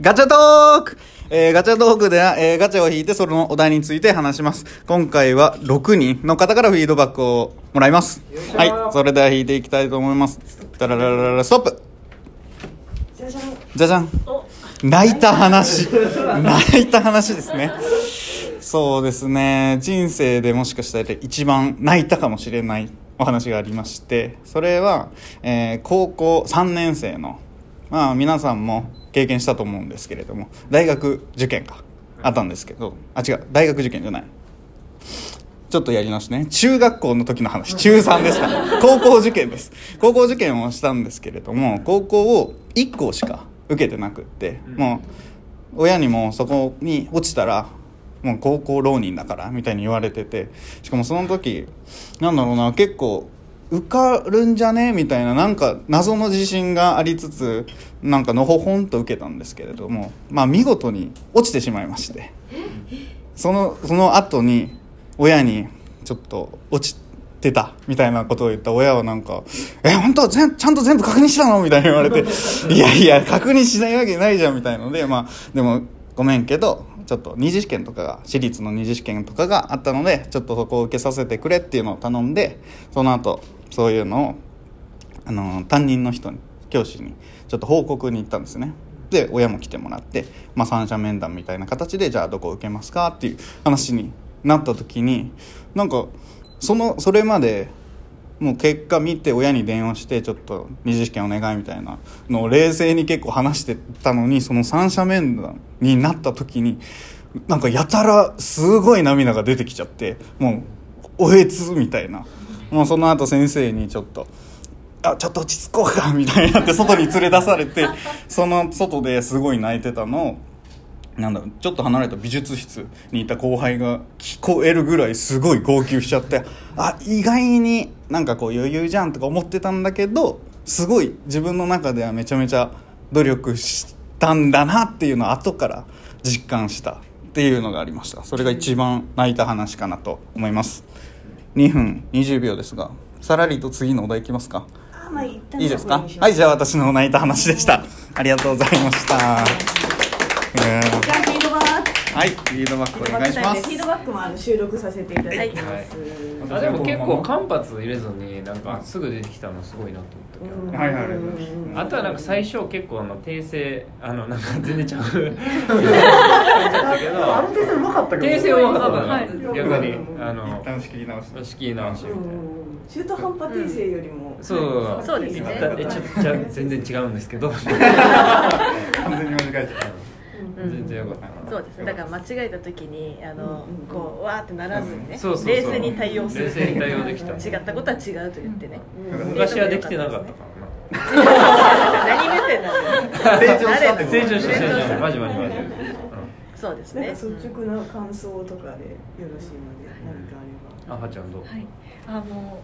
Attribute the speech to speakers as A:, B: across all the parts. A: ガチャトークえーガチャトークでは、えーガチャを引いてそのお題について話します。今回は6人の方からフィードバックをもらいます。はい。それでは引いていきたいと思います。ダララララストップじゃじゃん泣いた話。泣いた話ですね。そうですね。人生でもしかしたら一番泣いたかもしれないお話がありまして、それは、えー高校3年生の、まあ皆さんも経験したと思うんですけれども、大学受験か。あったんですけど、あ、違う、大学受験じゃない。ちょっとやり直しね。中学校の時の話、中3でした。高校受験です。高校受験をしたんですけれども、高校を1校しか受けてなくって、もう、親にもそこに落ちたら、もう高校浪人だから、みたいに言われてて、しかもその時、なんだろうな、結構、受かるんじゃねみたいな、なんか謎の自信がありつつ、なんかのほほんと受けたんですけれども、まあ見事に落ちてしまいまして。そのその後に親にちょっと落ちてたみたいなことを言った親はなんか「え本当は全ちゃんと全部確認したの?」みたいに言われて「いやいや確認しないわけないじゃん」みたいのでまあでもごめんけどちょっと二次試験とかが私立の二次試験とかがあったのでちょっとそこを受けさせてくれっていうのを頼んでその後そういうのをあの担任の人に教師にちょっと報告に行ったんですねで親も来てもらって、まあ、三者面談みたいな形でじゃあどこ受けますかっていう話になった時になんかそのそれまでもう結果見て親に電話してちょっと二次試験お願いみたいなのを冷静に結構話してたのにその三者面談になった時になんかやたらすごい涙が出てきちゃってもうおえつみたいなもうその後先生にちょっとあちょっと落ち着こうか みたいになって外に連れ出されてその外ですごい泣いてたのをなんだろうちょっと離れた美術室にいた後輩が聞こえるぐらいすごい号泣しちゃってあ意外になんかこう余裕じゃんとか思ってたんだけどすごい自分の中ではめちゃめちゃ努力したんだなっていうのを後から実感したっていうのがありましたそれが一番泣いた話かなと思います2分20秒ですがさらりと次のお題いきますか
B: あまあ一旦
A: いいですか
B: これにしま
A: は
B: す
A: いじゃあ私の泣いた話でしたありがとうございました、えー
B: じゃあフィードバック
A: はい、フィードバックお願いしま
B: フィー
A: す。
B: ドバックもあの収録させていただきます、
C: あでも結構間髪入れずになんかすぐ出てきたのすごいなと思ったけど、
A: はいはい
C: あとはなんか最初結構あの訂正あのなんか全然ち ゃう感じ
D: あの
C: だったけど
D: 手数うまかったけど
C: 訂正はなかった
D: は
C: の
D: い
C: 逆に
D: うん
C: あ
A: 一
C: の
A: 旦仕切り直し。
C: 仕切り直しみたいな。
B: 中途半端訂正よりも、
C: そう
E: そうですね
C: えちょっとじゃあ全然違うんですけど
A: 完全に間違えちゃっ
C: 全然よかった
E: そうですねだから間違えた時にあの、
B: うんうん
E: こうわーってならずにね、
C: そうそうそう
E: 冷静に対応する
C: 冷静に対応できた
E: 違ったことは違うと言ってね、
C: 昔はできてなかったか
E: 何目線なの
A: た。成長したってこ
C: らな成
A: と
C: 長した成長したマジマジマジ、
E: そうです
B: なん
E: ね
B: か率直な感想とかでよろしいので何かあ
C: うん、あはちゃんどう、
F: はい、あの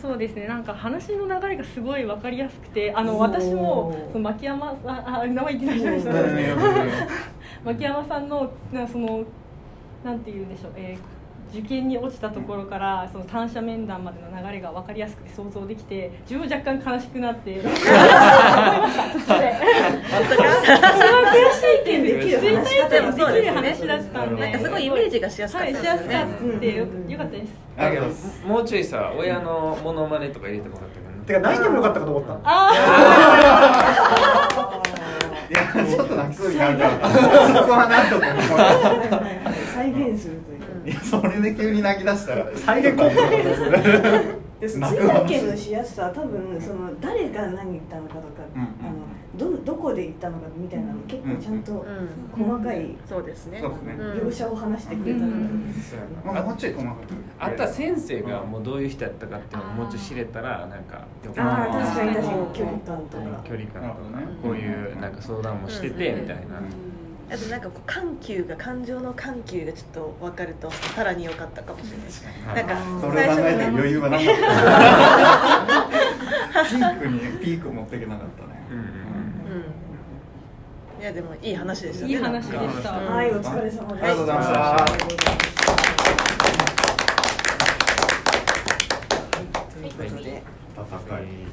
F: そうですねなんか話の流れがすごい分かりやすくてあ
B: お
F: の
B: ー
F: 私もその牧山さんあ名前言ってない人でした
B: うん
F: 牧山さんのなそのなんて言うんでしょう、えー受験に落ちたところからその三者面談までの流れが分かりやすくて想像できて自分も若干悲しくなって思いました途中 でそれは悔しいけど
C: できる
F: 絶
B: 話し方
F: 対
B: も
F: で
B: そう
F: きる
E: です
F: 話
E: ね
F: だったんで
E: なんかすごいイメージがしやすかっ
F: は
E: たで
F: い
E: す
F: し
E: よ
F: やすかっ
E: ね
F: たでよよかったです
C: だけどもうちょいさ親のモノマネとか入れてもらったかな
D: てか泣いてもよかったかと思った
A: いや、ちょっと泣きそうになるから。そこはなんとか。
B: ればはいはい再現するというか、
A: いや、それで急に泣き出したら。
D: 再現コン
B: でその
A: 泣
B: 追
A: く話
B: 体験のしやすさは多分その誰が何言ったのかとか、
A: うん
B: あのどどこで言ったのかみたいなの結構ちゃんと細かい
E: そうですね
A: そうですね
E: うん
B: 描写を話してくれたのが、
C: そうやな
A: まあ、もうちょい細かく。
C: あとは先生がもうどういう人やったかっていうのをもうちょい知れたらなんかよか
B: ああ
C: った
B: 確かに確かに距離
C: う
B: 感と
C: ん
B: か、
C: 距離感
A: な
C: とか
A: る
C: ね
A: ほどね
C: こういうなんか相談もしてて
E: うん
C: みたいな
E: あとなんかこう緩急が感情の緩急がちょっと分かるとさらに良かったかもしれないですなんか
A: それを考えてる余裕はなかった。ピークに、ピーク持っていけなかったね
C: うんうんうん
E: うんいやでもいい話でしたね
F: いい話で
E: なんか
F: した。
E: うん
B: はいお疲れ様です、
A: ありがとうございました
B: ありがとうございましたはいということで、
A: 戦い。